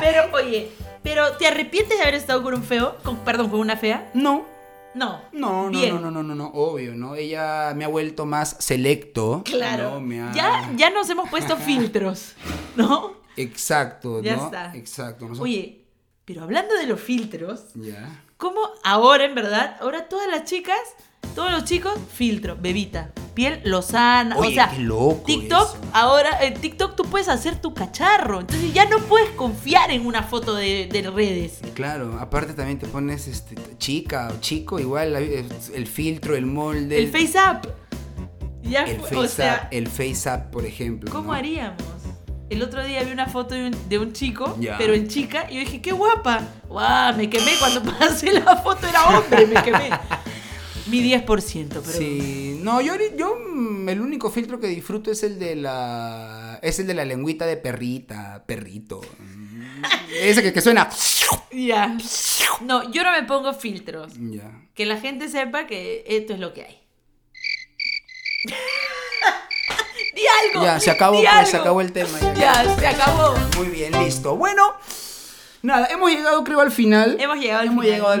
Pero, oye, pero ¿te arrepientes de haber estado con un feo? Con, perdón, con una fea.
No,
No.
no, no,
Bien.
no, no, no, no, no, obvio, ¿no? Ella me ha vuelto más selecto.
Claro.
No, me ha-
ya, ya nos hemos
(laughs)
puesto filtros, ¿no?
Exacto,
Ya
¿no?
está.
Exacto. nosotros-
Oye, pero hablando de los filtros,
Ya.
¿cómo ahora, en verdad? Ahora todas las chicas, todos los chicos, filtro, bebita, piel lozana.
Oye,
o sea,
qué loco
TikTok,
eso.
ahora, en TikTok tú puedes hacer tu cacharro. Entonces ya no puedes confiar en una foto de, de redes.
Claro, aparte también te pones este, chica o chico, igual la- el filtro, el molde.
El face up. Ya
el
fue-
face
o sea,
up, el face up, por ejemplo.
¿Cómo
¿no?
haríamos? El otro día vi una foto de un, de un chico,
Ya.
pero en chica, y yo dije, qué guapa. ¡Guau! Me quemé cuando (laughs) pasé la foto, era hombre, me quemé. Mi 10%, pero.
Sí, no, yo, ahori- yo mm, el único filtro que disfruto es el de la es el de la lengüita de perrita,
(laughs)
perrito. Mm. Ese que, que suena.
Ya. No, yo no me pongo filtros.
Ya.
Que la gente sepa que esto es lo que hay. (laughs) di algo.
Ya, se acabó,
di
pues, se
algo.
acabó el tema. ya, ya.
Ya, se acabó.
Muy bien, listo. Bueno, nada, hemos llegado creo al final.
Hemos llegado al
Hemos
final.
llegado al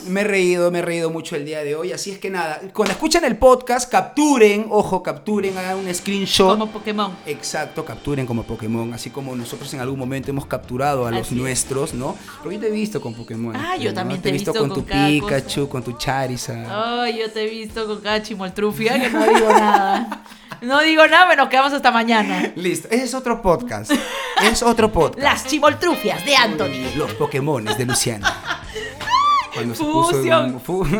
final. Me he reído, me he reído mucho el día de hoy. Así es que nada, cuando escuchen el podcast, capturen, ojo, capturen, hagan un screenshot.
Como Pokémon.
Exacto, capturen como Pokémon, así como nosotros en algún momento hemos capturado a los
Así es.
nuestros, ¿no? Pero yo te he visto con Pokémon.
Ah, yo
¿no?
también
te he visto, con, tu
cada Oh.
Pikachu, con tu Charizard.
Ay, yo te he visto con cada
(laughs)
chimoltrufia que no digo nada. No digo nada, pero nos quedamos hasta mañana.
Listo, ese es otro podcast. es otro podcast.
Las chimoltrufias (laughs) de Anthony.
Los Pokémones de Luciana. Cuando
Fusión.
fu- (laughs)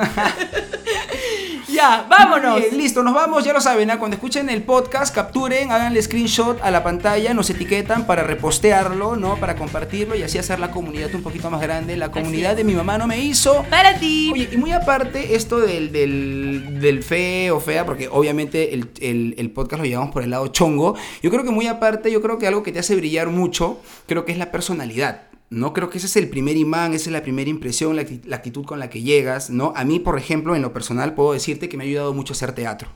Ya, vámonos.
Bien, listo, nos vamos, ya lo saben, ¿ah? cuando escuchen el podcast, capturen, háganle screenshot a la pantalla, nos etiquetan para repostearlo, ¿no? Para compartirlo y así hacer la comunidad un poquito más grande. La comunidad de mi mamá no me hizo.
Para ti.
Oye, y muy aparte esto del, del, del fe o fea, porque obviamente el, el- el podcast lo llevamos por el lado chongo, yo creo que muy aparte, yo creo que algo que te hace brillar mucho, creo que es la personalidad. No creo que ese es el primer imán, esa es la primera impresión, la, acti- la actitud con la que llegas, ¿no? A mí, por ejemplo, en lo personal puedo decirte que me ha ayudado mucho a hacer teatro,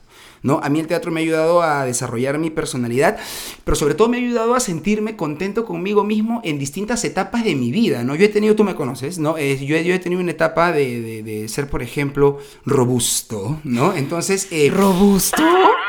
¿no? A mí el teatro me ha ayudado a desarrollar mi personalidad, pero sobre todo me ha ayudado a sentirme contento conmigo mismo en distintas etapas de mi vida, ¿no? Yo he tenido, tú me conoces, ¿no? Eh, yo, he- yo he tenido una etapa de, de- de ser, por ejemplo, robusto, ¿no? Entonces, eh,
¿Robusto?
(laughs)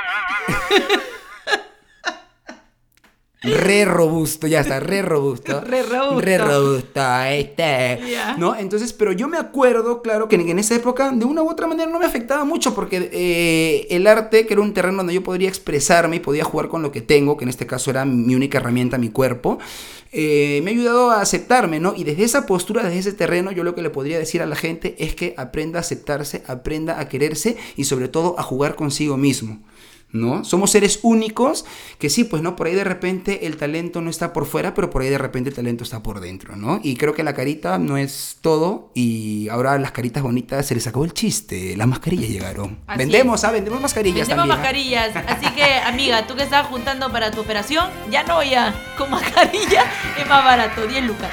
Re robusto, ya está, re robusto.
(laughs) Re robusto.
Re robusto, ahí está.
Ya.
este. ¿No? Entonces, pero yo me acuerdo, claro, que en, en esa época, de una u otra manera, no me afectaba mucho, porque eh, el arte, que era un terreno donde yo podría expresarme y podía jugar con lo que tengo, que en este caso era mi única herramienta, mi cuerpo, eh, me ha ayudado a aceptarme, ¿no? Y desde esa postura, desde ese terreno, yo lo que le podría decir a la gente es que aprenda a aceptarse, aprenda a quererse y sobre todo a jugar consigo mismo. ¿no? Somos seres únicos que sí, pues no, por ahí de repente el talento no está por fuera, pero por ahí de repente el talento está por dentro, ¿no? Y creo que la carita no es todo y ahora las caritas bonitas se les acabó el chiste, las mascarillas llegaron.
Así
vendemos, ¿ah? Vendemos mascarillas
Vendemos
también. ¿ah?
mascarillas. Así
(laughs)
que, amiga, tú que estabas juntando para tu operación, ya no, ya. Con mascarilla (laughs) es más barato, 10 lucas.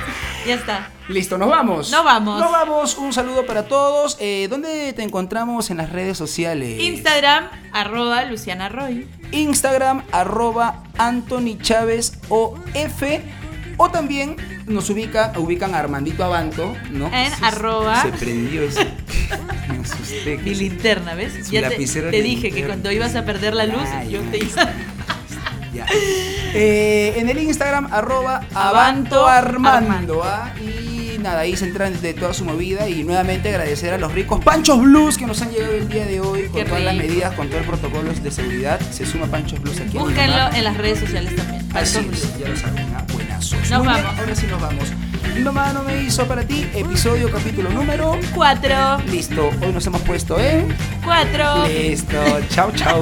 Ya está.
Listo, nos vamos.
Nos vamos.
Nos vamos, un saludo para todos. Eh, ¿Dónde te encontramos en las redes sociales?
Instagram, arroba Luciana Roy.
Instagram, arroba Anthony Chávez OF. O también nos ubica, ubican a Armandito Abanto, ¿no?
En
Se-
arroba-
Se prendió ese. (laughs) Me asusté.
Mi linterna, ¿ves?
Su
Ya te,
lapicero
te dije que
linterna.
cuando ibas a perder la luz,
Ay,
yo te
ay.
iba.
Ya. Eh, en el Instagram, arroba Abanto
Abanto
Armando. ¿ah? Y nada, ahí se entran de toda su movida. Y nuevamente agradecer a los ricos Panchos Blues que nos han llegado el día de hoy con
Qué
todas las
rico.
medidas, con todo el protocolo de seguridad. Se suma Panchos Blues aquí en Lima.
Búsquenlo en las redes sociales también.
Así
Pancho Blue.
es, ya lo saben, ah, buenazos.
Nos
Muy bien,
vamos.
ahora sí nos vamos. Lo más no me hizo para ti, episodio, capítulo número.
Cuatro,
Listo, hoy nos hemos puesto en.
cuatro.
Listo, chao, chao.